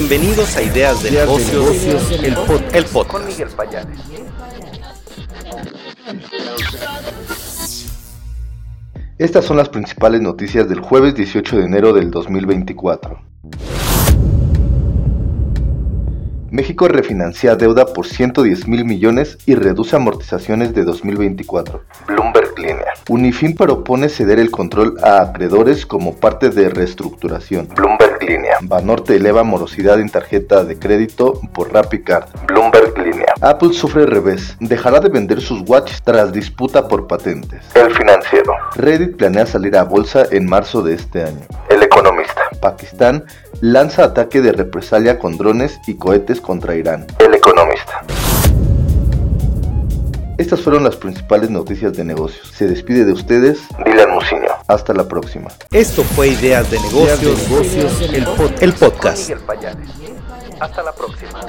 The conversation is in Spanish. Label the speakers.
Speaker 1: Bienvenidos a Ideas de
Speaker 2: Ideas de
Speaker 1: Negocios,
Speaker 2: Negocios,
Speaker 1: el,
Speaker 2: el
Speaker 1: pod- el podcast.
Speaker 2: Estas son las principales noticias del jueves 18 de enero del 2024. México refinancia deuda por 110 mil millones y reduce amortizaciones de 2024. Bloomberg Línea. Unifin propone ceder el control a acreedores como parte de reestructuración. Bloomberg Línea. Banorte eleva morosidad en tarjeta de crédito por RappiCard. Bloomberg Línea. Apple sufre revés. Dejará de vender sus watches tras disputa por patentes. El financiero. Reddit planea salir a bolsa en marzo de este año. El economista. Pakistán lanza ataque de represalia con drones y cohetes contra Irán. El economista. Estas fueron las principales noticias de negocios. Se despide de ustedes Dylan Musiño. Hasta la próxima.
Speaker 1: Esto fue Ideas de Negocios, el, pod- el podcast.
Speaker 3: Miguel Payares. Hasta la próxima.